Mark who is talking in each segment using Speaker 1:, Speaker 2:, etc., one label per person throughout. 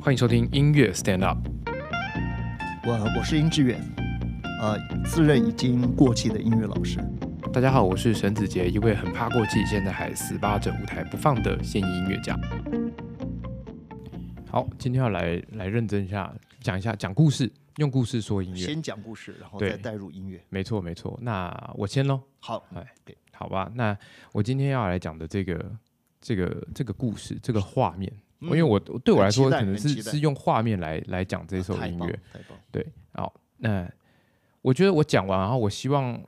Speaker 1: 欢迎收听音乐 Stand Up。
Speaker 2: 我我是殷志远，呃，自认已
Speaker 1: 嗯
Speaker 2: 经过气的音乐老师。
Speaker 1: 大家好，我是沈子杰，一位很怕过气，现在还死扒着舞台不放的现役音乐家。好，今天要来来认真一下，讲一下讲故事，用故事说音乐。
Speaker 2: 先讲故事，然后
Speaker 1: 对
Speaker 2: 再带入音乐。
Speaker 1: 没错没错，那我先喽。
Speaker 2: 好，
Speaker 1: 好吧，那我今天要来讲的这个这个这个故事，这个画面，
Speaker 2: 嗯
Speaker 1: 因为我对我来说
Speaker 2: 很期待
Speaker 1: 可能
Speaker 2: 很
Speaker 1: 是
Speaker 2: 期待啊
Speaker 1: 是用画面来来讲这首
Speaker 2: 太
Speaker 1: 音
Speaker 2: 棒
Speaker 1: 乐
Speaker 2: 了。，太棒了。
Speaker 1: 对，好，那我觉得我讲完，然后我希望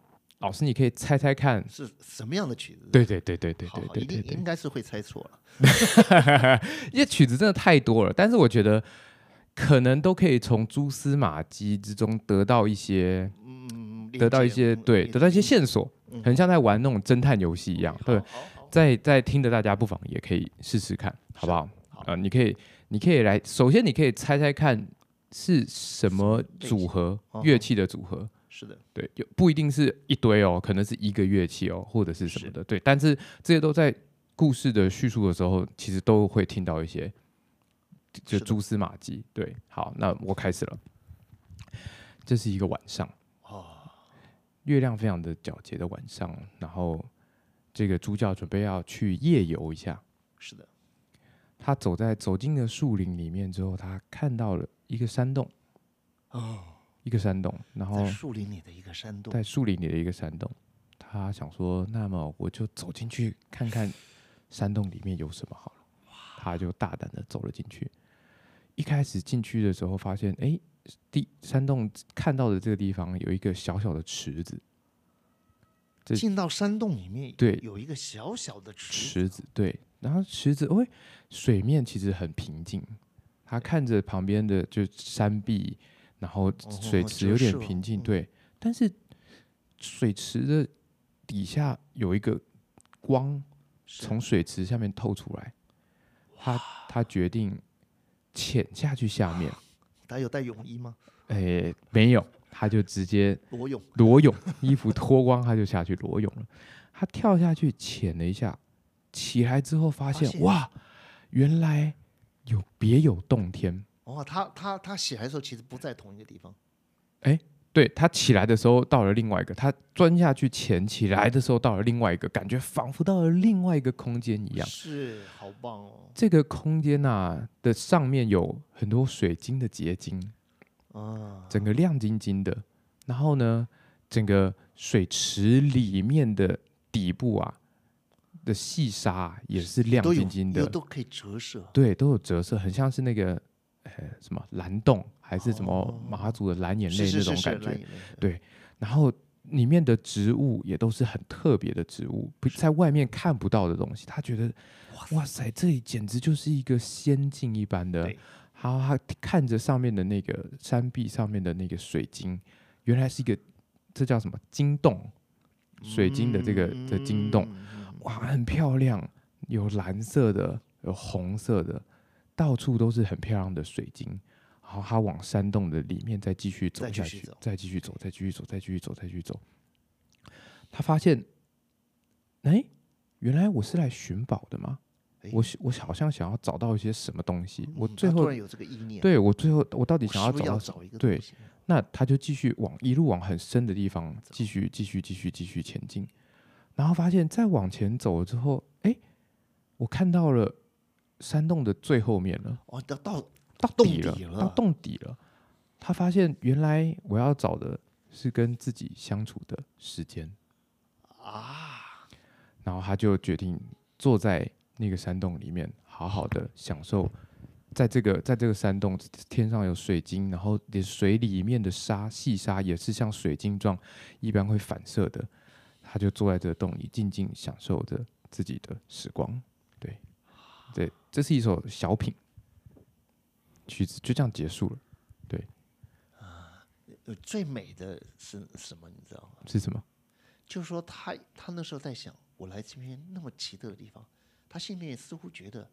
Speaker 1: 老师你可以猜猜看。
Speaker 2: 是什么样的曲子？
Speaker 1: 对对对对对
Speaker 2: 好，
Speaker 1: 对
Speaker 2: 好
Speaker 1: 对
Speaker 2: 一
Speaker 1: 对
Speaker 2: 定
Speaker 1: 对
Speaker 2: 应，该是会猜错了。
Speaker 1: 因为曲子真的太多了，但是我觉得可能都可以从蛛丝马迹之中得到一些
Speaker 2: 嗯，
Speaker 1: 得到一
Speaker 2: 理解
Speaker 1: 些对得到一些，线索，
Speaker 2: 嗯
Speaker 1: 很像在玩那种侦探游戏一样。对
Speaker 2: 嗯，好好好
Speaker 1: 在在听的大家不妨也可以试试看，好不好？
Speaker 2: 好
Speaker 1: 呃，你可以你可以来，首先你可以猜猜看是什么
Speaker 2: 类
Speaker 1: 组
Speaker 2: 型
Speaker 1: 合
Speaker 2: 哦
Speaker 1: 乐器的组合，
Speaker 2: 是的，
Speaker 1: 对，有不一定是一堆哦，可能是一个乐器哦，或者是什么的，对。但是这些都在故事的叙述的时候，其实都会听到一些就是
Speaker 2: 的
Speaker 1: 蛛丝马迹。对，好，那我开始了。这是一个晚上，
Speaker 2: 哦，
Speaker 1: 月亮非常的皎洁的晚上，然后这个主角准备要去夜游一下。
Speaker 2: 是的，
Speaker 1: 他走在走进了树林里面之后，他看到了一个山洞，
Speaker 2: 哦，
Speaker 1: 一个山洞，然后
Speaker 2: 在树林里的一个山洞，
Speaker 1: 在树林里的一个山洞。他想说，那么我就走进去看看山洞里面有什么好了。他就大胆的走了进去。一开始进去的时候，发现哎，地山洞看到的这个地方有一个小小的池子，这
Speaker 2: 进到山洞里面，
Speaker 1: 对
Speaker 2: 有一个小小的池，
Speaker 1: 池子对，然后池子，喂、水面其实很平静。他看着旁边的就山壁，然后
Speaker 2: 哦
Speaker 1: 水
Speaker 2: 折
Speaker 1: 池有点
Speaker 2: 射
Speaker 1: 平静，
Speaker 2: 嗯
Speaker 1: 对，但是水池的底下有一个光
Speaker 2: 是
Speaker 1: 从水池下面透出来，他他决定潜下去下面，
Speaker 2: 他有带泳衣吗？
Speaker 1: 诶、没有，他就直接
Speaker 2: 裸泳，
Speaker 1: 裸泳，衣服脱光，他就下去裸泳了。他跳下去潜了一下，起来之后发
Speaker 2: 发
Speaker 1: 现
Speaker 2: 现
Speaker 1: 哇，原来有别有洞天。
Speaker 2: 哦，他他他起来的时候其实不在同一个地方，
Speaker 1: 对他起来的时候到了另外一个，他钻下去潜起来的时候到了另外一个，感觉仿佛到了另外一个空间一样。
Speaker 2: 是好棒哦，
Speaker 1: 这个空间呐、的上面有很多水晶的结晶，
Speaker 2: 啊，
Speaker 1: 整个亮晶晶的。然后呢，整个水池里面的底部啊的细沙啊也是亮
Speaker 2: 都有
Speaker 1: 晶晶
Speaker 2: 有
Speaker 1: 的，
Speaker 2: 都可以折射，
Speaker 1: 对，都有折射，很像是那个呃什么蓝洞还是什么
Speaker 2: 哦
Speaker 1: 马祖的蓝眼
Speaker 2: 是
Speaker 1: 泪
Speaker 2: 是
Speaker 1: 那
Speaker 2: 是
Speaker 1: 种
Speaker 2: 是
Speaker 1: 感觉。
Speaker 2: 蓝眼泪
Speaker 1: 对然后里面的植物也都是很特别的植物，不在外面看不到的东西。他觉得，哇塞，这里简直就是一个仙境一般的
Speaker 2: 对。
Speaker 1: 他他看着上面的那个山壁上面的那个水晶，原来是一个这叫什么晶洞，水晶的这个的晶洞，
Speaker 2: 嗯
Speaker 1: 哇，很漂亮，有蓝色的，有红色的，到处都是很漂亮的水晶。然后他往山洞的里面再继续走
Speaker 2: 再继
Speaker 1: 下
Speaker 2: 续
Speaker 1: 去
Speaker 2: 走，
Speaker 1: 再继续走，再继续走，再继续走，再继续走。他发现，哎，原来我是来寻宝的吗
Speaker 2: 诶？
Speaker 1: 我我好像想要找到一些什么东西。我
Speaker 2: 嗯
Speaker 1: 最
Speaker 2: 他
Speaker 1: 后
Speaker 2: 突然有这个意念，
Speaker 1: 对我最后我到底
Speaker 2: 我
Speaker 1: 想
Speaker 2: 是
Speaker 1: 要
Speaker 2: 不
Speaker 1: 找
Speaker 2: 是要
Speaker 1: 到什么？
Speaker 2: 找一个
Speaker 1: 对
Speaker 2: 东西
Speaker 1: 那他就继续往一路往很深的地方继续继续继续继续前进，然后发现再往前走了之后，哎，我看到了山洞的最后面了，
Speaker 2: 哦，到到
Speaker 1: 到
Speaker 2: 洞
Speaker 1: 底了，
Speaker 2: 底
Speaker 1: 到
Speaker 2: 了
Speaker 1: 洞底了。他发现原来我要找的是跟自己相处的时间，
Speaker 2: 啊，
Speaker 1: 然后他就决定坐在那个山洞里面，好好的享受在这个在这个山洞天上有水晶，然后连水里面的沙细沙也是像水晶状一般会反射的，他就坐在这个洞里静静享受着自己的时光。对，对，这是一首小品曲子，就这样结束了。
Speaker 2: 呃最美的是什么？你知道吗？
Speaker 1: 是什么？
Speaker 2: 就是说他他那时候在想，我来这边那么奇特的地方，他心里面似乎觉得。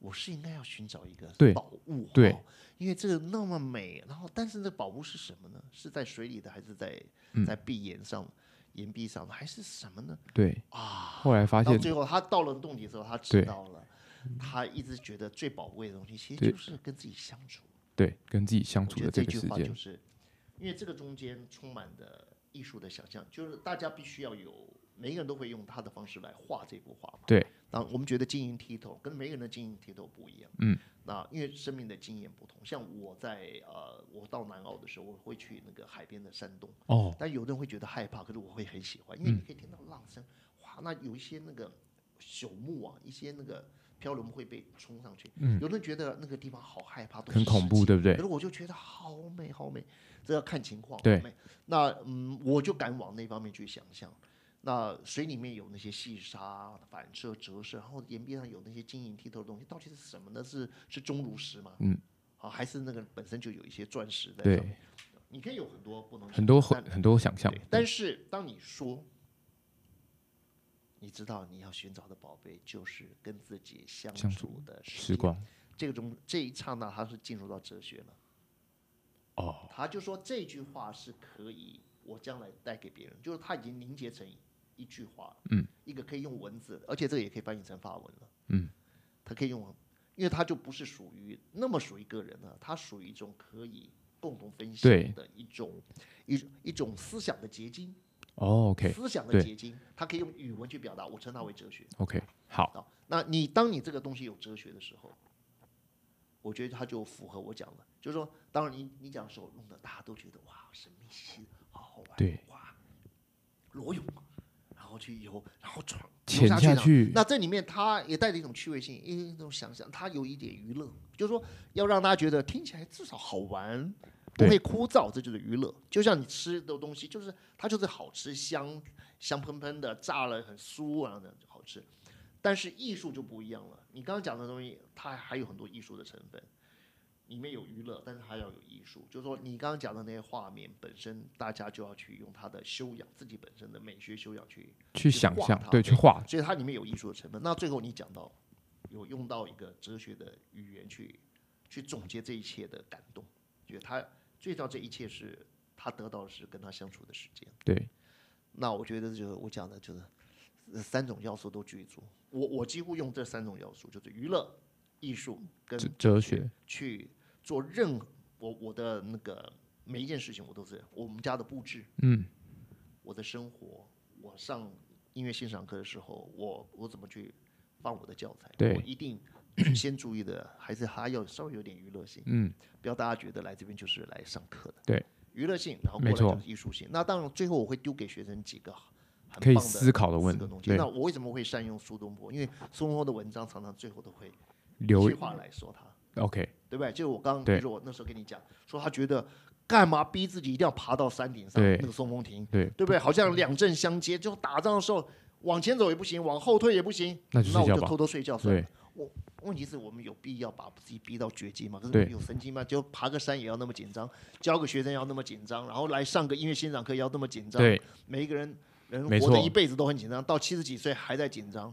Speaker 2: 我是应该要寻找一个
Speaker 1: 对
Speaker 2: 宝物，
Speaker 1: 对
Speaker 2: 哦，因为这个那么美，然后但是这宝物是什么呢？是在水里的，还是在
Speaker 1: 嗯
Speaker 2: 在壁岩上、岩壁上的，还是什么呢？
Speaker 1: 对
Speaker 2: 啊，
Speaker 1: 后来发
Speaker 2: 到
Speaker 1: 现
Speaker 2: 最后他到了洞底之后，他
Speaker 1: 对
Speaker 2: 知道了，他一直觉得最宝贵的东西，其
Speaker 1: 对
Speaker 2: 实就是跟自己相处。
Speaker 1: 对，跟自己相
Speaker 2: 我
Speaker 1: 处
Speaker 2: 觉
Speaker 1: 的
Speaker 2: 得这
Speaker 1: 个
Speaker 2: 句
Speaker 1: 时
Speaker 2: 话
Speaker 1: 间
Speaker 2: 就，是，因为这个中间充满的艺术的想象，就是大家必须要有每一个人都会用他的方式来画这幅画嘛。
Speaker 1: 对，
Speaker 2: 那我们觉得晶莹剔透，跟每个人的晶莹剔透不一样。
Speaker 1: 嗯，
Speaker 2: 那因为生命的经验不同，像我在呃，我到南澳的时候，我会去那个海边的山洞，
Speaker 1: 哦，嗯
Speaker 2: 但有的人会觉得害怕，可是我会很喜欢，因为你可以听到浪声，哇，那有一些那个朽木啊，一些那个漂流木会被冲上去，有的人觉得那个地方好害怕，都
Speaker 1: 嗯
Speaker 2: 是
Speaker 1: 很恐
Speaker 2: 湿
Speaker 1: 怖，
Speaker 2: 气
Speaker 1: 对不对
Speaker 2: 可？是我就觉得好美好美，这要看情况。
Speaker 1: 对
Speaker 2: 好美，那嗯，我就敢往那方面去想象。那水里面有那些细沙反射、折射，然后岩壁上有那些晶莹剔透的东西，到底是什么呢？是是钟乳石吗？
Speaker 1: 嗯，
Speaker 2: 好、还是那个本身就有一些钻石在上
Speaker 1: 对
Speaker 2: 面？，你可以有很多不能
Speaker 1: 很多
Speaker 2: 想象
Speaker 1: 很多想象
Speaker 2: 对，，但是当你说，你知道你要寻找的宝贝就是跟自己相
Speaker 1: 相
Speaker 2: 处的
Speaker 1: 时
Speaker 2: 时光。
Speaker 1: 光
Speaker 2: 这个中这一刹那，他是进入到哲学了。
Speaker 1: 哦，
Speaker 2: 他就说这句话是可以，我将来带给别人，就是他已经凝结成一句话了，嗯，一个可以用文字，而且这个也可以翻译成法文了，
Speaker 1: 嗯，
Speaker 2: 他可以用，因为它就不是属于那么属于个人了，它属于一种可以共同分享
Speaker 1: 对
Speaker 2: 的一种一一种思想的结晶，
Speaker 1: 哦，OK
Speaker 2: 思想
Speaker 1: 对
Speaker 2: 的结晶，它可以用语文去表达，我称它为哲学。
Speaker 1: OK，好，
Speaker 2: 啊，那你当你这个东西有哲学的时候，我觉得它就符合我讲的，就是说，当然你你讲手弄的，大家都觉得哇，神秘兮，好好玩，
Speaker 1: 对，
Speaker 2: 哇，裸泳，然后去游，然后闯
Speaker 1: 潜
Speaker 2: 游
Speaker 1: 下
Speaker 2: 下
Speaker 1: 去
Speaker 2: 那这里面它也带着一种趣味性，一种想象，它有一点娱乐，就是说要让大家觉得听起来至少好玩。不
Speaker 1: 对
Speaker 2: 会枯燥，这就是娱乐。就像你吃的东西，就是它就是好吃、香香喷喷的，炸了很酥啊，那好吃。但是艺术就不一样了。你刚刚讲的东西，它还有很多艺术的成分，里面有娱乐，但是还要有艺术。就是说，你刚刚讲的那些画面本身，大家就要去用它的修养，自己本身的美学修养去
Speaker 1: 去
Speaker 2: 去
Speaker 1: 想
Speaker 2: 画
Speaker 1: 象，
Speaker 2: 它
Speaker 1: 对，去画，
Speaker 2: 所以它里面有艺术的成分。那最后你讲到有用到一个哲学的语言去去总结这一切的感动，觉得他最早这一切是他得到的是跟他相处的时间。
Speaker 1: 对，
Speaker 2: 那我觉得就是我讲的就是呃三种要素都具足，我我几乎用这三种要素，就是娱乐、艺术跟
Speaker 1: 哲哲学，
Speaker 2: 去做任何我我的那个每一件事情，我都是我们家的布置，
Speaker 1: 嗯，
Speaker 2: 我的生活，我上音乐欣赏课的时候，我我怎么去放我的教材，
Speaker 1: 对
Speaker 2: 我一定先注意的，还是还要稍微有点娱乐性，
Speaker 1: 嗯，
Speaker 2: 不要大家觉得来这边就是来上课的，
Speaker 1: 对，
Speaker 2: 娱乐性，然后过
Speaker 1: 没
Speaker 2: 来
Speaker 1: 错
Speaker 2: 就是艺术性。那当然，最后我会丢给学生几个很
Speaker 1: 可以
Speaker 2: 棒的
Speaker 1: 思考的问
Speaker 2: 四个
Speaker 1: 题
Speaker 2: 东，西。
Speaker 1: 对
Speaker 2: 那，我为什么会善用苏东坡？因为苏东坡的文章常常最后都会一
Speaker 1: 留
Speaker 2: 句话来说他。
Speaker 1: OK，
Speaker 2: 对不对？就是我刚刚，比
Speaker 1: 对
Speaker 2: 如说我那时候跟你讲，说他觉得干嘛逼自己一定要爬到山顶上
Speaker 1: 对
Speaker 2: 那个松风亭，
Speaker 1: 对，
Speaker 2: 对不对？好像两阵相接，就打仗的时候往前走也不行，往后退也不行，
Speaker 1: 那就睡
Speaker 2: 那我
Speaker 1: 觉
Speaker 2: 就
Speaker 1: 吧
Speaker 2: 偷偷睡觉算了
Speaker 1: 对。
Speaker 2: 问题是我们有必要把自己逼到绝境吗？可是
Speaker 1: 对
Speaker 2: 我们有神经吗？就爬个山也要那么紧张，教个学生要那么紧张，然后来上个音乐欣赏课也要那么紧张，
Speaker 1: 对，
Speaker 2: 每一个人人
Speaker 1: 没
Speaker 2: 活的
Speaker 1: 错
Speaker 2: 一辈子都很紧张，到七十几岁还在紧张，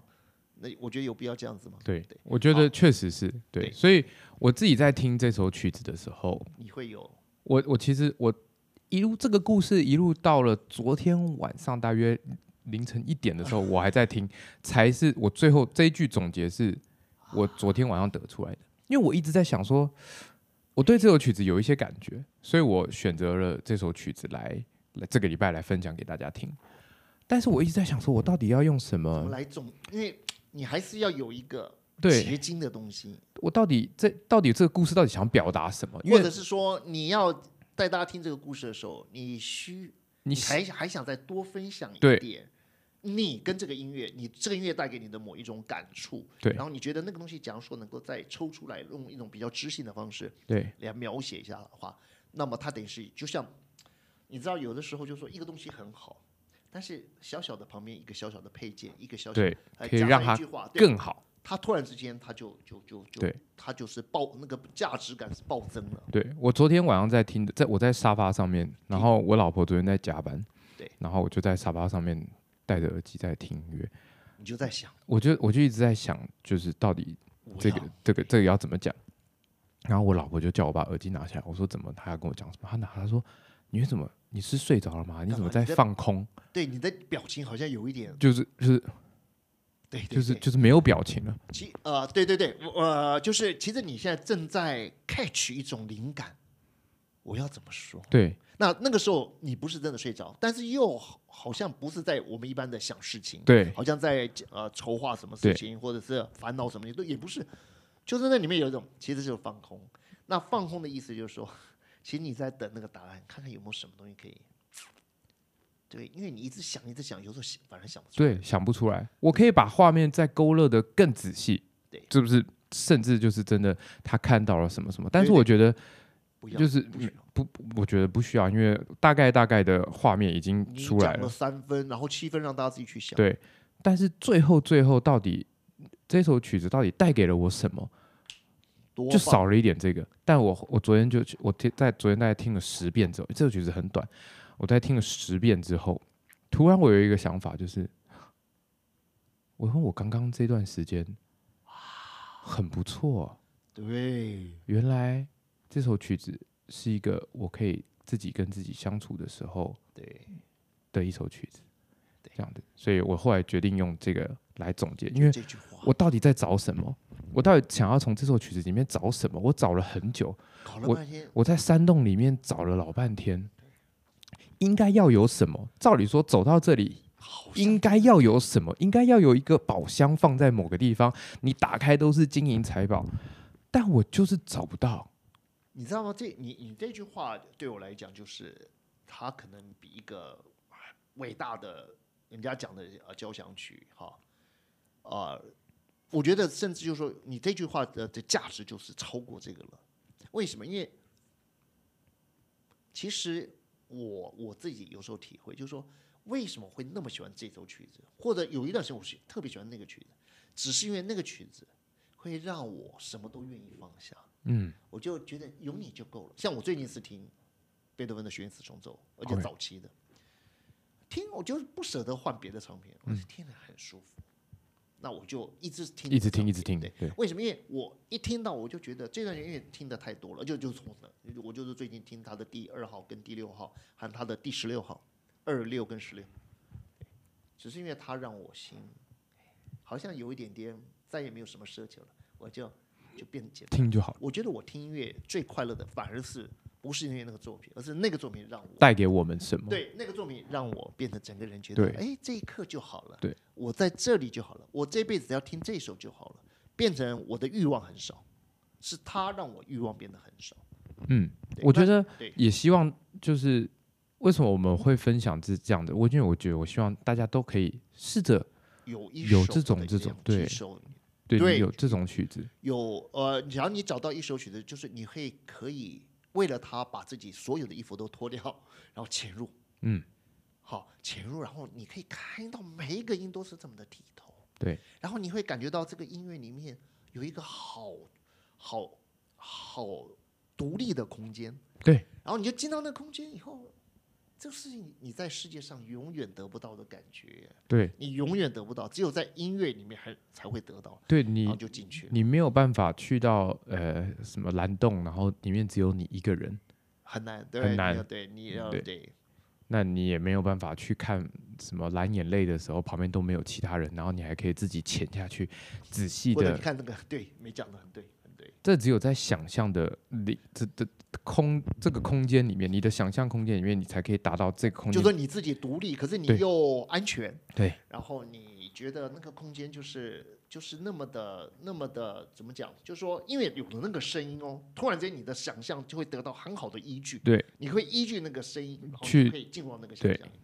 Speaker 2: 那我觉得有必要这样子吗？
Speaker 1: 对
Speaker 2: 对，
Speaker 1: 我觉得确实是对，
Speaker 2: 对
Speaker 1: 所以我自己在听这首曲子的时候，
Speaker 2: 你会有
Speaker 1: 我我其实我一路这个故事一路到了昨天晚上大约凌晨一点的时候，我还在听，才是我最后这一句总结是我昨天晚上得出来的，因为我一直在想说，我对这首曲子有一些感觉，所以我选择了这首曲子来来这个礼拜来分享给大家听。但是我一直在想说，我到底要用什
Speaker 2: 怎么
Speaker 1: 么？
Speaker 2: 来总，因为你还是要有一个
Speaker 1: 对
Speaker 2: 结晶的东西，
Speaker 1: 我到底这到底这个故事到底想表达什么？因
Speaker 2: 或
Speaker 1: 为
Speaker 2: 者是说你要带大家听这个故事的时候，你需
Speaker 1: 你
Speaker 2: 还还想再多分享一
Speaker 1: 对
Speaker 2: 点，你跟这个音乐，你这个音乐带给你的某一种感触，
Speaker 1: 对
Speaker 2: 然后你觉得那个东西，假如说能够再抽出来，用一种比较知性的方式
Speaker 1: 对
Speaker 2: 来描写一下的话，那么它等于是就像你知道，有的时候就说一个东西很好。但是小小的旁边一个小小的配件，一个小小
Speaker 1: 对，
Speaker 2: 呃
Speaker 1: 可以
Speaker 2: 加
Speaker 1: 让它
Speaker 2: 上一句话对
Speaker 1: 更好。
Speaker 2: 他突然之间他就就就就
Speaker 1: 对，
Speaker 2: 他就是暴那个价值感是暴增了。
Speaker 1: 对我昨天晚上在听的，在我在沙发上面，然后我老婆昨天在加班，
Speaker 2: 对，
Speaker 1: 然后我就在沙发上面戴着耳机在听音乐，
Speaker 2: 你就在想，
Speaker 1: 我就我就一直在想，就是到底
Speaker 2: 我
Speaker 1: 这个
Speaker 2: 要
Speaker 1: 这个这个要怎么讲？然后我老婆就叫我把耳机拿下来，我说怎么？她要跟我讲什么？她拿她说你怎么你是睡着了吗？你
Speaker 2: 干
Speaker 1: 怎么
Speaker 2: 嘛
Speaker 1: 在
Speaker 2: 你在
Speaker 1: 放空？
Speaker 2: 对你的表情好像有一点
Speaker 1: 就是就是
Speaker 2: 对对
Speaker 1: 就是
Speaker 2: 对
Speaker 1: 就是没有表情了。
Speaker 2: 其呃，对对对，我呃，就是其实你现在正在 catch 一种灵感，我要怎么说？
Speaker 1: 对，
Speaker 2: 那那个时候你不是真的睡着，但是又好好像不是在我们一般的想事情，
Speaker 1: 对
Speaker 2: 好像在呃筹划什么
Speaker 1: 对
Speaker 2: 事情，或者是烦恼什么，都也不是，就是那里面有一种其实就是放空。那放空的意思就是说，其实你在等那个答案，看看有没有什么东西可以。对，因为你一直想，一直想，有时候想反而想不出来。
Speaker 1: 对，想不出来。我可以把画面再勾勒的更仔细，
Speaker 2: 对
Speaker 1: 是不是？甚至就是真的他看到了什么什么，但是
Speaker 2: 对对
Speaker 1: 我觉得
Speaker 2: 不要，
Speaker 1: 就是
Speaker 2: 不需要
Speaker 1: 不，我觉得不需要，因为大概大概的画面已经
Speaker 2: 你
Speaker 1: 出来
Speaker 2: 讲
Speaker 1: 了
Speaker 2: 了。三分，然后七分让大家自己去想。
Speaker 1: 对，但是最后最后到底这首曲子到底带给了我什么？
Speaker 2: 多
Speaker 1: 就
Speaker 2: 放
Speaker 1: 少了一点这个。但我我昨天就我听在昨天大概听了十遍之后，这首曲子很短，我在听了十遍之后，突然我有一个想法，就是我问我刚刚这段时间很不错啊、
Speaker 2: 对，
Speaker 1: 原来这首曲子是一个我可以自己跟自己相处的时候
Speaker 2: 对
Speaker 1: 的一首曲子
Speaker 2: 对，
Speaker 1: 这样子。所以我后来决定用这个来总结，因为
Speaker 2: 这句话
Speaker 1: 我到底在找什么？我到底想要从这首曲子里面找什么？我找了很久，
Speaker 2: 搞了
Speaker 1: 我
Speaker 2: 半天，
Speaker 1: 我在山洞里面找了老半天，应该要有什么？照理说，走到这里
Speaker 2: 好像
Speaker 1: 应该要有什么？应该要有一个宝箱放在某个地方，你打开都是金银财宝，但我就是找不到。
Speaker 2: 你知道吗？这你你这句话对我来讲，就是它可能比一个伟大的人家讲的呃交响曲哈，呃，我觉得甚至就是说，你这句话的的价值就是超过这个了。为什么？因为其实我我自己有时候体会，就是说为什么会那么喜欢这首曲子，或者有一段时间我是特别喜欢那个曲子，只是因为那个曲子会让我什么都愿意放下。
Speaker 1: 嗯，
Speaker 2: 我就觉得有你就够了。像我最近是听贝多芬的弦乐四重奏，而且
Speaker 1: OK
Speaker 2: 早期的听我就不舍得换别的唱片，
Speaker 1: 嗯
Speaker 2: 我是听得很舒服。那我就一直听，
Speaker 1: 一直听，一直听，
Speaker 2: 对，
Speaker 1: 对，
Speaker 2: 为什么？因为我一听到我就觉得这段音乐听的太多了，就就从我就是最近听他的第二号跟第六号，还有他的第十六号，二六跟十六，只是因为他让我心好像有一点点再也没有什么奢求了，我就就变简单。
Speaker 1: 听就好了，
Speaker 2: 我觉得我听音乐最快乐的反而是不是因为那个作品，而是那个作品让我
Speaker 1: 带给我们什么？
Speaker 2: 对那个作品让我变得整个人觉得
Speaker 1: 对，
Speaker 2: 哎，这一刻就好了，
Speaker 1: 对，
Speaker 2: 我在这里就好了，我这辈子只要听这首就好了，变成我的欲望很少，是他让我欲望变得很少。
Speaker 1: 嗯，
Speaker 2: 对
Speaker 1: 我觉
Speaker 2: 那
Speaker 1: 得
Speaker 2: 对
Speaker 1: 也希望就是为什么我们会分享这这样的？我因为我觉得我希望大家都可以试着
Speaker 2: 有一
Speaker 1: 有
Speaker 2: 首
Speaker 1: 这种
Speaker 2: 的
Speaker 1: 这种
Speaker 2: 两
Speaker 1: 对
Speaker 2: 几首
Speaker 1: 对
Speaker 2: 对
Speaker 1: 你有这种曲子，
Speaker 2: 有呃，只要你找到一首曲子，就是你可以可以为了它把自己所有的衣服都脱掉， 然后潜入，
Speaker 1: 嗯，
Speaker 2: 好潜入，然后你可以看到每一个音都是这么的剔透，
Speaker 1: 对，
Speaker 2: 然后你会感觉到这个音乐里面有一个好好好独立的空间，
Speaker 1: 对，
Speaker 2: 然后你就进到那个空间以后，这是你你在世界上永远得不到的感觉，
Speaker 1: 对
Speaker 2: 你永远得不到，只有在音乐里面还才会得到，
Speaker 1: 对，
Speaker 2: 然
Speaker 1: 你
Speaker 2: 后就进去了，
Speaker 1: 你没有办法去到呃什么蓝洞，然后里面只有你一个人，
Speaker 2: 很难，对，
Speaker 1: 很
Speaker 2: 你
Speaker 1: 难嗯
Speaker 2: 要对，你要
Speaker 1: 对
Speaker 2: 对
Speaker 1: 那你也没有办法去看什么蓝眼泪的时候，旁边都没有其他人，然后你还可以自己潜下去，仔细
Speaker 2: 或者
Speaker 1: 的
Speaker 2: 你，看那个，对，没讲的很对，很对，
Speaker 1: 这只有在想象的里这这空这个空间里面，你的想象空间里面，你才可以达到这个空
Speaker 2: 就
Speaker 1: 间
Speaker 2: 说你自己独立，可是你
Speaker 1: 对
Speaker 2: 又安全，
Speaker 1: 对，
Speaker 2: 然后你觉得那个空间就是就是那么的那么的怎么讲？就是说，因为有了那个声音哦，突然间你的想象就会得到很好的依据，
Speaker 1: 对，
Speaker 2: 你会依据那个声音，然后
Speaker 1: 去
Speaker 2: 你可以进入到那个想象里面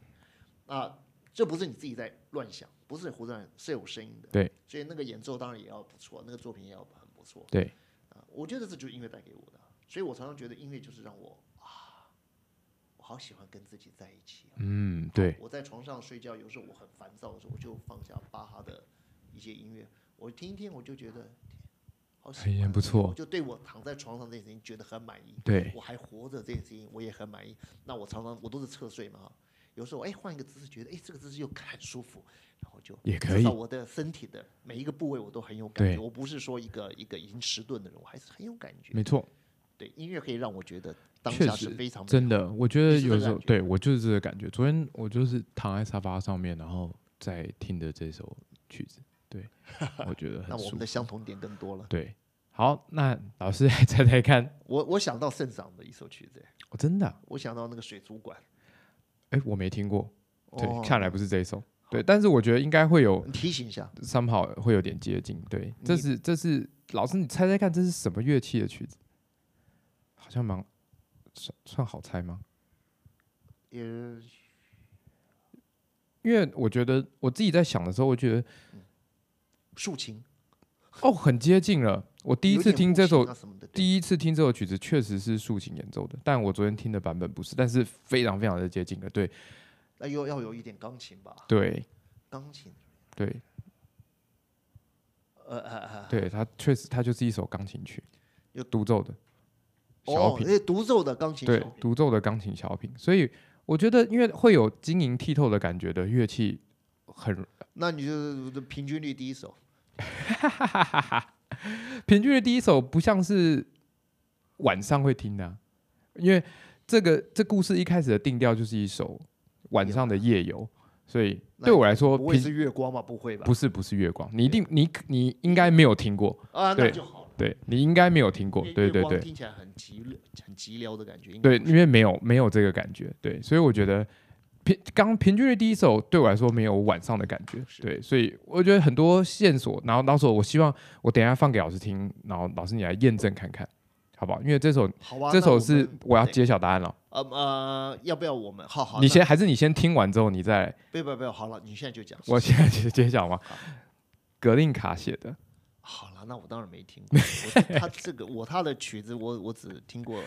Speaker 2: 啊。这不是你自己在乱想，不是胡乱，是有声音的。
Speaker 1: 对，
Speaker 2: 所以那个演奏当然也要不错，那个作品也要很不错。
Speaker 1: 对
Speaker 2: 啊，我觉得这就是音乐带给我的，啊所以我常常觉得音乐就是让我啊，我好喜欢跟自己在一起、啊。
Speaker 1: 嗯，对，
Speaker 2: 我在床上睡觉，有时候我很烦躁的时候，我就放下巴哈的一些音乐，我听一听，我就觉得天好喜
Speaker 1: 很
Speaker 2: 欢
Speaker 1: 哎不
Speaker 2: 哦我
Speaker 1: 错，
Speaker 2: 就对我躺在床上这件事情觉得很满意。
Speaker 1: 对
Speaker 2: 我还活着这件事情我也很满意。那我常常我都是侧睡嘛哈，有时候哎换一个姿势，觉得哎这个姿势又很舒服，然后就
Speaker 1: 也可
Speaker 2: 至
Speaker 1: 以
Speaker 2: 少我的身体的每一个部位我都很有感觉。
Speaker 1: 对
Speaker 2: 我不是说一个一个已经迟钝的人，我还是很有感觉。
Speaker 1: 没错。
Speaker 2: 对，音乐可以让我觉得当
Speaker 1: 确
Speaker 2: 下是
Speaker 1: 实
Speaker 2: 非常美
Speaker 1: 真
Speaker 2: 好
Speaker 1: 的，我觉得
Speaker 2: 是这
Speaker 1: 有
Speaker 2: 个
Speaker 1: 时候
Speaker 2: 感觉
Speaker 1: 对我就是这个感觉。昨天我就是躺在沙发上面，然后在听着这首曲子， 对，我觉得
Speaker 2: 那
Speaker 1: 很舒
Speaker 2: 我们
Speaker 1: 服
Speaker 2: 的。相同点更多了。
Speaker 1: 对，好，那老师 来猜猜看，
Speaker 2: 我我想到圣桑的一首曲子，
Speaker 1: 我、真的啊、
Speaker 2: 我想到那个水族馆。
Speaker 1: 哎、我没听过，对，
Speaker 2: 哦
Speaker 1: 看来不是这一首。对，但是我觉得应该会有
Speaker 2: 你提醒一下，
Speaker 1: somehow 会有点接近。对，这
Speaker 2: 你
Speaker 1: 是这是老师，你猜猜看这是什么乐器的曲子？好像蛮算算好猜吗？
Speaker 2: 也
Speaker 1: 因为我觉得我自己在想的时候，我觉得
Speaker 2: 竖琴。
Speaker 1: 哦，很接近了。我第一
Speaker 2: 有
Speaker 1: 次
Speaker 2: 点
Speaker 1: 听
Speaker 2: 木
Speaker 1: 这
Speaker 2: 琴
Speaker 1: 首
Speaker 2: 啊什么的，对
Speaker 1: 第一次听这首曲子确实是竖琴演奏的，但我昨天听的版本不是，但是非常非常的接近了。对
Speaker 2: 那又要有一点钢琴吧，
Speaker 1: 对
Speaker 2: 钢琴。
Speaker 1: 对
Speaker 2: 呃呃呃，
Speaker 1: 对，它确实它就是一首钢琴曲
Speaker 2: 有，
Speaker 1: 独奏的小
Speaker 2: 哦，
Speaker 1: 品，
Speaker 2: 那独奏的钢琴
Speaker 1: 对
Speaker 2: 小品，
Speaker 1: 独奏的钢琴小品。所以我觉得，因为会有晶莹剔透的感觉的乐器很，
Speaker 2: 那你就是平均率第一首。
Speaker 1: 平均的第一首不像是晚上会听的啊、因为这个这故事一开始的定调就是一首晚上的夜游，所以
Speaker 2: 那
Speaker 1: 对我来说
Speaker 2: 不会
Speaker 1: 平
Speaker 2: 是月光吧？不会吧？
Speaker 1: 不是不是月光，你一定你你应该没有听过，
Speaker 2: 啊，那
Speaker 1: 对
Speaker 2: 就好了。
Speaker 1: 对你应该没有听过
Speaker 2: 因为，
Speaker 1: 对
Speaker 2: 月
Speaker 1: 对
Speaker 2: 光
Speaker 1: 对
Speaker 2: 听起来很寂寥，很寂寥的感觉。应该
Speaker 1: 对，因为没有没有这个感觉，对，所以我觉得平刚平均的第一首对我来说没有晚上的感觉，
Speaker 2: 是
Speaker 1: 对，所以我觉得很多线索，然后到时候我希望我等一下放给老师听，然后老师你来验证看看，好不好？因为这首
Speaker 2: 好啊。
Speaker 1: 这
Speaker 2: 那我
Speaker 1: 首
Speaker 2: 们
Speaker 1: 是我要揭晓答案了，
Speaker 2: 呃呃，要不要我们？好好，
Speaker 1: 你
Speaker 2: 那
Speaker 1: 先还是你先听完之后你再，
Speaker 2: 不要不要不要，好了，你现在就讲。
Speaker 1: 我现在揭揭晓吗？ 格林卡写的，
Speaker 2: 好了，那我当然没听过。我 他这个我他的曲子我，我只听过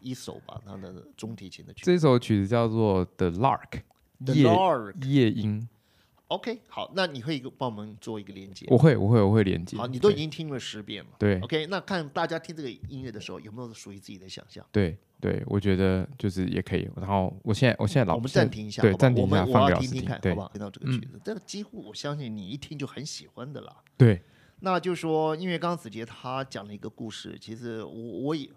Speaker 2: 一首吧，他的中提琴的曲子。
Speaker 1: 这首曲子叫做《The Lark》
Speaker 2: The
Speaker 1: 夜
Speaker 2: Lark
Speaker 1: 夜莺，
Speaker 2: OK，好，那你会帮我们做一个连接。
Speaker 1: 我会我会我会连接。
Speaker 2: 好，你都已
Speaker 1: 对
Speaker 2: 经听了十遍了。
Speaker 1: 对
Speaker 2: OK，那看大家听这个音乐的时候，有没有属于自己的想象？
Speaker 1: 对对，我觉得就是也可以。然后我现在我现在老
Speaker 2: 哦我们
Speaker 1: 现在
Speaker 2: 暂停一下，
Speaker 1: 对
Speaker 2: 好吧
Speaker 1: 暂停
Speaker 2: 我
Speaker 1: 一下
Speaker 2: 们
Speaker 1: 放
Speaker 2: 我
Speaker 1: 给
Speaker 2: 要
Speaker 1: 老师
Speaker 2: 听听看，
Speaker 1: 对嗯
Speaker 2: 好不好？听到这个曲子，这个几乎我相信你一听就很喜欢的啦。
Speaker 1: 对
Speaker 2: 那就说，因为刚刚子杰他讲了一个故事，其实我我也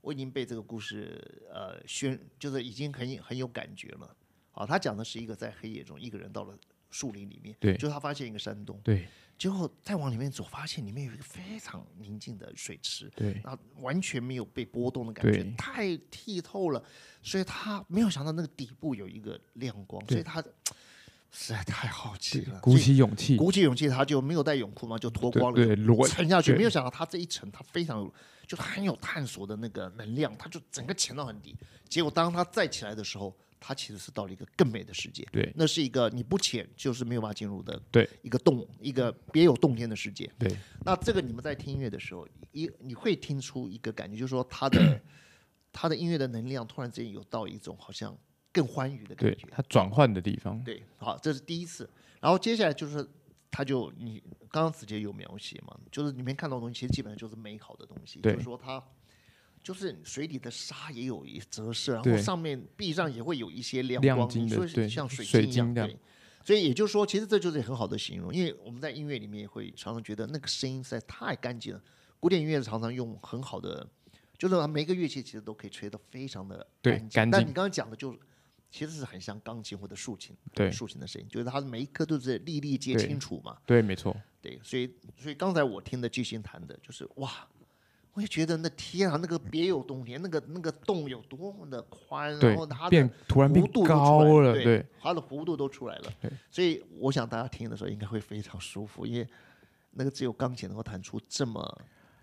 Speaker 2: 我已经被这个故事呃宣，就是已经很很有感觉了。啊，他讲的是一个在黑夜中，一个人到了树林里面，
Speaker 1: 对
Speaker 2: 就他发现一个山洞，
Speaker 1: 对
Speaker 2: 结果再往里面走，发现里面有一个非常宁静的水池，
Speaker 1: 对
Speaker 2: 那完全没有被波动的感觉
Speaker 1: 对，
Speaker 2: 太剔透了，所以他没有想到那个底部有一个亮光，所以
Speaker 1: 对
Speaker 2: 他实在太好奇
Speaker 1: 对
Speaker 2: 了，，
Speaker 1: 鼓
Speaker 2: 所以
Speaker 1: 起勇气，
Speaker 2: 鼓起勇气，他就没有带泳裤嘛，就脱光了，
Speaker 1: 对对裸
Speaker 2: 沉下去。
Speaker 1: 对
Speaker 2: 没有想到他这一沉，他非常有，就是很有探索的那个能量，他就整个潜到很低。结果当他再起来的时候，他其实是到了一个更美的世界。
Speaker 1: 对
Speaker 2: 那是一个你不潜就是没有办法进入的，
Speaker 1: 对，
Speaker 2: 一个洞，一个别有洞天的世界。
Speaker 1: 对
Speaker 2: 那这个你们在听音乐的时候，一你会听出一个感觉，就是说他的他的音乐的能量突然之间有到一种好像更欢愉的感
Speaker 1: 对
Speaker 2: 觉，。
Speaker 1: 它转换的地方，
Speaker 2: 对，好，这是第一次。然后接下来就是，他就你刚刚子杰有描写嘛，就是里面看到的东西，其实基本上就是美好的东西，就
Speaker 1: 对
Speaker 2: 是说它就是水里的沙也有一折射，然后
Speaker 1: 对
Speaker 2: 上面壁上也会有一些亮
Speaker 1: 亮
Speaker 2: 光，
Speaker 1: 晶
Speaker 2: 你
Speaker 1: 的
Speaker 2: 说是
Speaker 1: 对
Speaker 2: 像水
Speaker 1: 水
Speaker 2: 晶一样，
Speaker 1: 晶的
Speaker 2: 对。所以也就是说，其实这就是很好的形容，因为我们在音乐里面也会常常觉得那个声音实在太干净了。古典音乐常常用很好的，就是每一个乐器其实都可以吹得非常的
Speaker 1: 对干
Speaker 2: 但
Speaker 1: 净
Speaker 2: 你刚刚讲的就是，其实是很像钢琴或者竖琴。
Speaker 1: 对
Speaker 2: 竖琴的声音，就是它每一颗都是粒粒皆
Speaker 1: 对
Speaker 2: 清楚嘛。
Speaker 1: 对，没错，
Speaker 2: 对，所以所以刚才我听的巨星弹的，就是哇，我也觉得那天啊，那个别有洞天，那个那个洞有多么的宽，
Speaker 1: 对
Speaker 2: 然后它的
Speaker 1: 变突然变
Speaker 2: 弧度都出
Speaker 1: 高
Speaker 2: 来
Speaker 1: 了，
Speaker 2: 对
Speaker 1: 对
Speaker 2: 它的弧度都出来了
Speaker 1: 对。
Speaker 2: 所以我想大家听的时候应该会非常舒服，因为那个只有钢琴能够弹出这么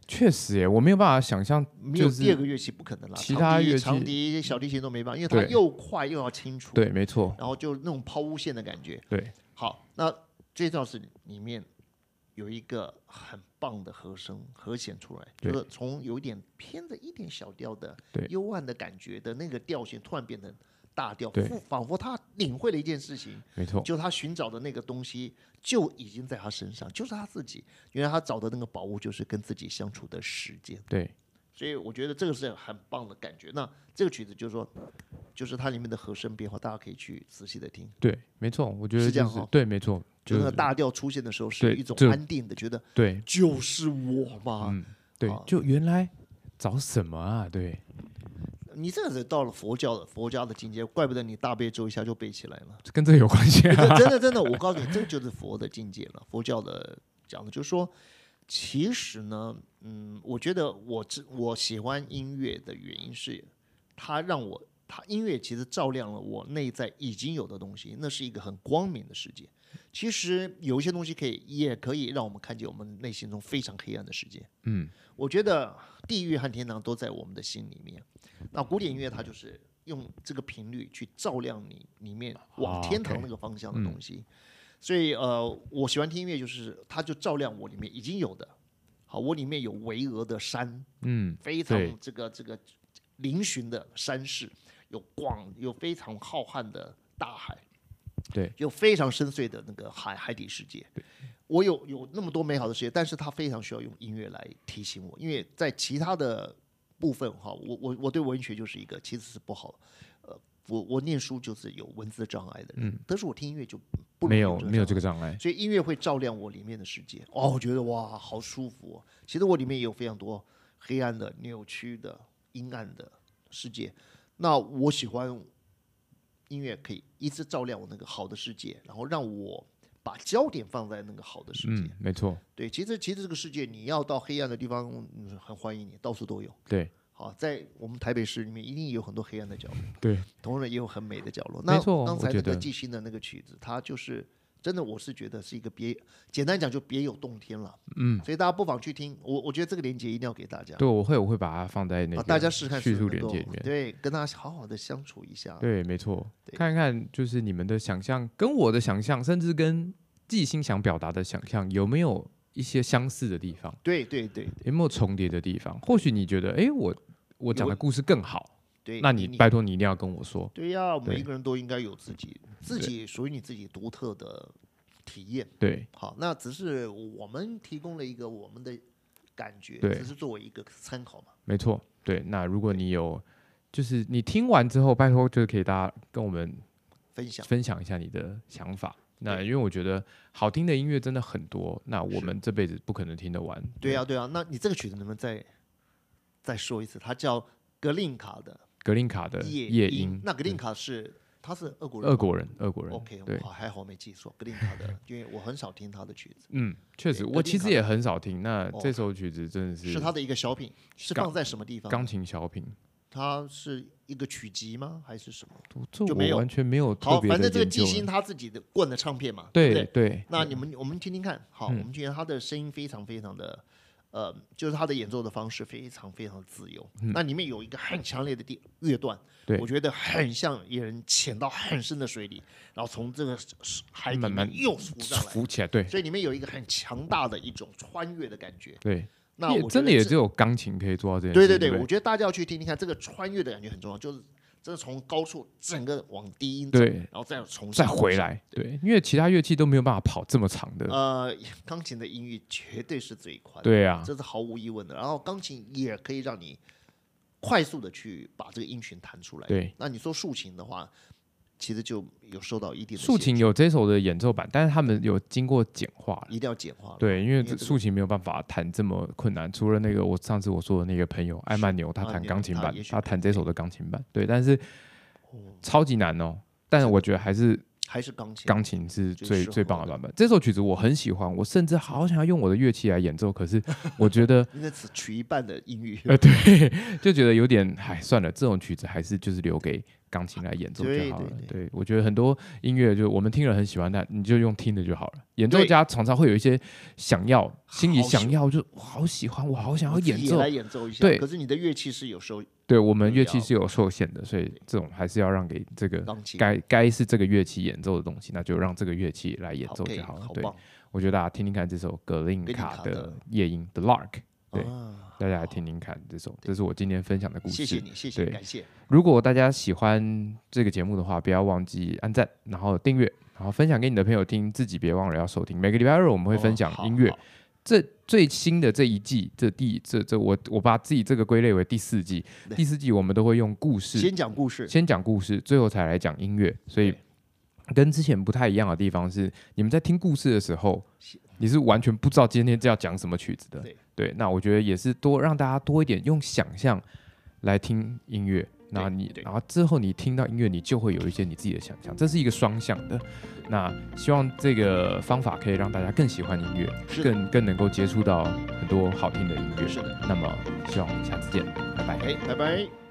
Speaker 1: 确实耶，我没有办法想象，
Speaker 2: 没有
Speaker 1: 就
Speaker 2: 第二
Speaker 1: 是
Speaker 2: 个乐器不可能啦，
Speaker 1: 其
Speaker 2: 长
Speaker 1: 他
Speaker 2: 笛
Speaker 1: 乐
Speaker 2: 长
Speaker 1: 器
Speaker 2: 笛、小提琴都没办法，因为它
Speaker 1: 对
Speaker 2: 又快又要清楚，
Speaker 1: 对，没错，
Speaker 2: 然后就那种抛物线的感觉。
Speaker 1: 对
Speaker 2: 好，那这段是里面有一个很棒的和声和弦出来，就
Speaker 1: 对
Speaker 2: 是从有一点偏着一点小调的
Speaker 1: 对
Speaker 2: 幽暗的感觉的那个调性，突然变成大调，
Speaker 1: 对哦
Speaker 2: 复仿佛他领会了一件事情，
Speaker 1: 没错，
Speaker 2: 就他寻找的那个东西就已经在他身上，就是他自己。原来他找的那个宝物就是跟自己相处的时间。
Speaker 1: 对
Speaker 2: 所以我觉得这个是很棒的感觉。那这个曲子就是说，就是它里面的和声变化，大家可以去仔细的听。
Speaker 1: 对，没错，我觉
Speaker 2: 是
Speaker 1: 得
Speaker 2: 这
Speaker 1: 就
Speaker 2: 样
Speaker 1: 是
Speaker 2: 哦
Speaker 1: 对，没错，就
Speaker 2: 就
Speaker 1: 是
Speaker 2: 那个
Speaker 1: 是
Speaker 2: 大调出现的时候，是
Speaker 1: 对
Speaker 2: 一种
Speaker 1: 这
Speaker 2: 安定的，觉得
Speaker 1: 对
Speaker 2: 就是我嘛。
Speaker 1: 嗯对
Speaker 2: 啊，
Speaker 1: 就原来找什么啊？对，
Speaker 2: 你这个是到了佛教的佛家的境界，怪不得你大悲咒一下 就背起来了。
Speaker 1: 跟这个有关系啊？
Speaker 2: 真的真的，我告诉你，这个就是佛的境界了，佛教的讲的，就是说，其实呢，嗯，我觉得我只我喜欢音乐的原因是，它让我，它音乐其实照亮了我内在已经有的东西，那是一个很光明的世界。其实有一些东西可以，也可以让我们看见我们内心中非常黑暗的世界。
Speaker 1: 嗯，
Speaker 2: 我觉得地狱和天堂都在我们的心里面。那古典音乐它就是用这个频率去照亮你里面往
Speaker 1: 哦
Speaker 2: 天堂
Speaker 1: OK
Speaker 2: 那个方向的东西。所以呃，我喜欢听音乐，就是它就照亮我里面已经有的。好，我里面有巍峨的山，
Speaker 1: 嗯，
Speaker 2: 非常
Speaker 1: 对
Speaker 2: 这个这个嶙峋的山势，有广有非常浩瀚的大海，
Speaker 1: 对，
Speaker 2: 有非常深邃的那个海海底世界。我有有那么多美好的世界，但是它非常需要用音乐来提醒我，因为在其他的部分哈，我我我对文学就是一个其实是不好，呃，我我念书就是有文字障碍的人，但是我听音乐就不
Speaker 1: 嗯没有没有这
Speaker 2: 个
Speaker 1: 个障碍
Speaker 2: 障碍，，所以音乐会照亮我里面的世界。哦，我觉得哇，好舒服、哦。其实我里面也有非常多黑暗的、扭曲的、阴暗的世界。那我喜欢音乐，可以一直照亮我那个好的世界，然后让我把焦点放在那个好的世界。
Speaker 1: 嗯，没错，
Speaker 2: 对，其实其实这个世界，你要到黑暗的地方，嗯很欢迎你，到处都有。
Speaker 1: 对，
Speaker 2: 好，在我们台北市里面，一定有很多黑暗的角落，
Speaker 1: 对，
Speaker 2: 同时也有很美的角落。
Speaker 1: 没
Speaker 2: 那
Speaker 1: 错
Speaker 2: 刚
Speaker 1: 我
Speaker 2: 才那
Speaker 1: 觉
Speaker 2: 个
Speaker 1: 得
Speaker 2: 纪星的那个曲子，它就是真的，我是觉得是一个别，简单讲就别有洞天了。
Speaker 1: 嗯，
Speaker 2: 所以大家不妨去听，我我觉得这个连接一定要给大家，
Speaker 1: 对，我会我会把它放在那
Speaker 2: 啊，
Speaker 1: 个
Speaker 2: 大家试试看是
Speaker 1: 叙
Speaker 2: 不
Speaker 1: 述
Speaker 2: 是
Speaker 1: 连
Speaker 2: 能
Speaker 1: 接里
Speaker 2: 够
Speaker 1: 面，
Speaker 2: 对，跟他好好的相处一下。
Speaker 1: 对，没错，
Speaker 2: 对
Speaker 1: 看看就是你们的想象跟我的想象，甚至跟季星想表达的想象有没有一些相似的地方，
Speaker 2: 对对对
Speaker 1: 有没有重叠的地方？或许你觉得，诶，我我讲的故事更好，
Speaker 2: 对，
Speaker 1: 那你拜托你一定要跟我说，
Speaker 2: 对呀、每
Speaker 1: 对
Speaker 2: 一个人都应该有自己自己属于你自己独特的体验。
Speaker 1: 对，
Speaker 2: 好，那只是我们提供了一个我们的感觉，
Speaker 1: 对
Speaker 2: 只是作为一个参考嘛。
Speaker 1: 没错，对。那如果你有，就是你听完之后，拜托就是可以大家跟我们
Speaker 2: 分享
Speaker 1: 分享一下你的想法。那
Speaker 2: 对
Speaker 1: 因为我觉得好听的音乐真的很多，那我
Speaker 2: 是
Speaker 1: 们这辈子不可能听得完。
Speaker 2: 对啊呀、，对呀、那你这个曲子能不能再再说一次？它叫格林卡的
Speaker 1: 格林卡的
Speaker 2: 《
Speaker 1: 夜
Speaker 2: 莺》。
Speaker 1: 莺，
Speaker 2: 那格林卡是他是俄国人吗，
Speaker 1: 俄国人，俄国人
Speaker 2: OK，
Speaker 1: 对
Speaker 2: 我，还好没记错格林卡 的，因为我很少听他的曲子，
Speaker 1: 嗯，确实，
Speaker 2: 对
Speaker 1: 我其
Speaker 2: 格
Speaker 1: 实
Speaker 2: 林
Speaker 1: 也很少听。那
Speaker 2: 哦
Speaker 1: 这首曲子真的是
Speaker 2: 是他的一个小品，是
Speaker 1: 钢
Speaker 2: 放在什么地方？
Speaker 1: 钢琴小品，
Speaker 2: 它是一个曲集吗？还是什么？
Speaker 1: 这
Speaker 2: 就没有
Speaker 1: 我完全没有特
Speaker 2: 好，
Speaker 1: 别
Speaker 2: 反
Speaker 1: 的
Speaker 2: 正这个
Speaker 1: 研究
Speaker 2: 纪星
Speaker 1: 了。
Speaker 2: 他自己的灌的唱片嘛，不
Speaker 1: 对
Speaker 2: 对？
Speaker 1: 对，
Speaker 2: 那你们我们听听看，好，
Speaker 1: 嗯
Speaker 2: 我们觉得他的声音非常非常的，呃，就是他的演奏的方式非常非常自由。那里面有一个很强烈的地乐段，
Speaker 1: 嗯对
Speaker 2: 我觉得很像一人潜到很深的水里，然后从这个海底
Speaker 1: 慢慢
Speaker 2: 面又浮上来，
Speaker 1: 浮起来，对
Speaker 2: 所以里面有一个很强大的一种穿越的感觉。
Speaker 1: 对，
Speaker 2: 那
Speaker 1: 也
Speaker 2: 我
Speaker 1: 真的
Speaker 2: 觉得
Speaker 1: 也
Speaker 2: 这
Speaker 1: 只有钢琴可以做到这件
Speaker 2: 对
Speaker 1: 事。
Speaker 2: 对
Speaker 1: 对
Speaker 2: 对，
Speaker 1: 不
Speaker 2: 我觉得大家要去听听看，这个穿越的感觉很重要，就是真的从高处整个往低音走，
Speaker 1: 对
Speaker 2: 然后再重
Speaker 1: 再
Speaker 2: 新
Speaker 1: 回
Speaker 2: 上。
Speaker 1: 来，对，因为其他乐器都没有办法跑这么长的，
Speaker 2: 呃，钢琴的音域绝对是最宽的。
Speaker 1: 对啊，
Speaker 2: 这是毫无疑问的。然后钢琴也可以让你快速的去把这个音群弹出来。
Speaker 1: 对，
Speaker 2: 那你说竖琴的话，其实就有受到一定的
Speaker 1: 竖
Speaker 2: 限
Speaker 1: 琴
Speaker 2: 制
Speaker 1: 有这首的演奏版，但是他们有经过简化了，
Speaker 2: 一定要简化了。
Speaker 1: 对，因
Speaker 2: 因为
Speaker 1: 为
Speaker 2: 这
Speaker 1: 这
Speaker 2: 个
Speaker 1: 竖琴没有办法弹这么困难，除了那个我上次我说的那个朋友艾曼纽，他
Speaker 2: 艾曼
Speaker 1: 弹
Speaker 2: 纽
Speaker 1: 钢琴
Speaker 2: 啊他
Speaker 1: 版
Speaker 2: 也，许
Speaker 1: 他
Speaker 2: 可以
Speaker 1: 弹这首的钢琴版，对，但是
Speaker 2: 哦
Speaker 1: 超级难哦，但是我觉得还是
Speaker 2: 还是钢琴。
Speaker 1: 钢琴是
Speaker 2: 最
Speaker 1: 最
Speaker 2: 适
Speaker 1: 最
Speaker 2: 合
Speaker 1: 棒的
Speaker 2: 的
Speaker 1: 版本。这首曲子我很喜欢，我甚至好想要用我的乐器来演奏，可是我觉得
Speaker 2: 因为此取一半的音域，
Speaker 1: 呃，对，就觉得有点，哎，算了，这种曲子还是就是留给钢琴来演奏
Speaker 2: 对
Speaker 1: 就好了。
Speaker 2: 对
Speaker 1: 我觉得很多音乐就我们听了很喜欢，但你就用听的就好了。演奏
Speaker 2: 对
Speaker 1: 家常常会有一些想要，心里
Speaker 2: 好喜
Speaker 1: 想要，就我好喜欢，我好想要
Speaker 2: 我自
Speaker 1: 演
Speaker 2: 己也
Speaker 1: 奏
Speaker 2: 来。演奏一下。
Speaker 1: 对
Speaker 2: 可是你的乐器是有时候
Speaker 1: 对我们
Speaker 2: 嗯
Speaker 1: 乐器
Speaker 2: 要
Speaker 1: 是有受限的，所以这种还是要让给这个
Speaker 2: 钢琴。
Speaker 1: 该该是这个乐器演奏的东西，那就让这个乐器来演
Speaker 2: 好
Speaker 1: 奏
Speaker 2: 配
Speaker 1: 就好了
Speaker 2: 好。
Speaker 1: 对，
Speaker 2: 棒
Speaker 1: 我觉得大家听听看这首格林
Speaker 2: 格林
Speaker 1: 卡
Speaker 2: 卡
Speaker 1: 的
Speaker 2: 的
Speaker 1: 夜莺《The Lark》，对
Speaker 2: 啊！
Speaker 1: 大家来听听看这首，这是我今天分享的故
Speaker 2: 谢
Speaker 1: 事。
Speaker 2: 谢你，谢谢，
Speaker 1: 对
Speaker 2: 感谢，
Speaker 1: 如果大家喜欢这个节目的话，不要忘记按赞，然后订阅，然后分享给你的朋友听，自己别忘了要收听。每个礼拜二我们会分享
Speaker 2: 哦好
Speaker 1: 音乐，
Speaker 2: 好
Speaker 1: 这最新的这一季，这第这这我我把自己这个归类为第四季，
Speaker 2: 对
Speaker 1: 第四季我们都会用故事
Speaker 2: 先讲故事，
Speaker 1: 先讲故事，最后才来讲音乐，所以
Speaker 2: 对。
Speaker 1: 跟之前不太一样的地方是，你们在听故事的时候，你是完全不知道今天要讲什么曲子的。
Speaker 2: 对
Speaker 1: 那我觉得也是多让大家多一点用想象来听音乐，那你
Speaker 2: 对
Speaker 1: 然后之后你听到音乐，你就会有一些你自己的想象，这是一个双向的。那希望这个方法可以让大家更喜欢音乐，
Speaker 2: 是的，
Speaker 1: 更更能够接触到很多好听的音乐。
Speaker 2: 是的，
Speaker 1: 那么希望我们下次见，拜拜。
Speaker 2: 哎，拜拜。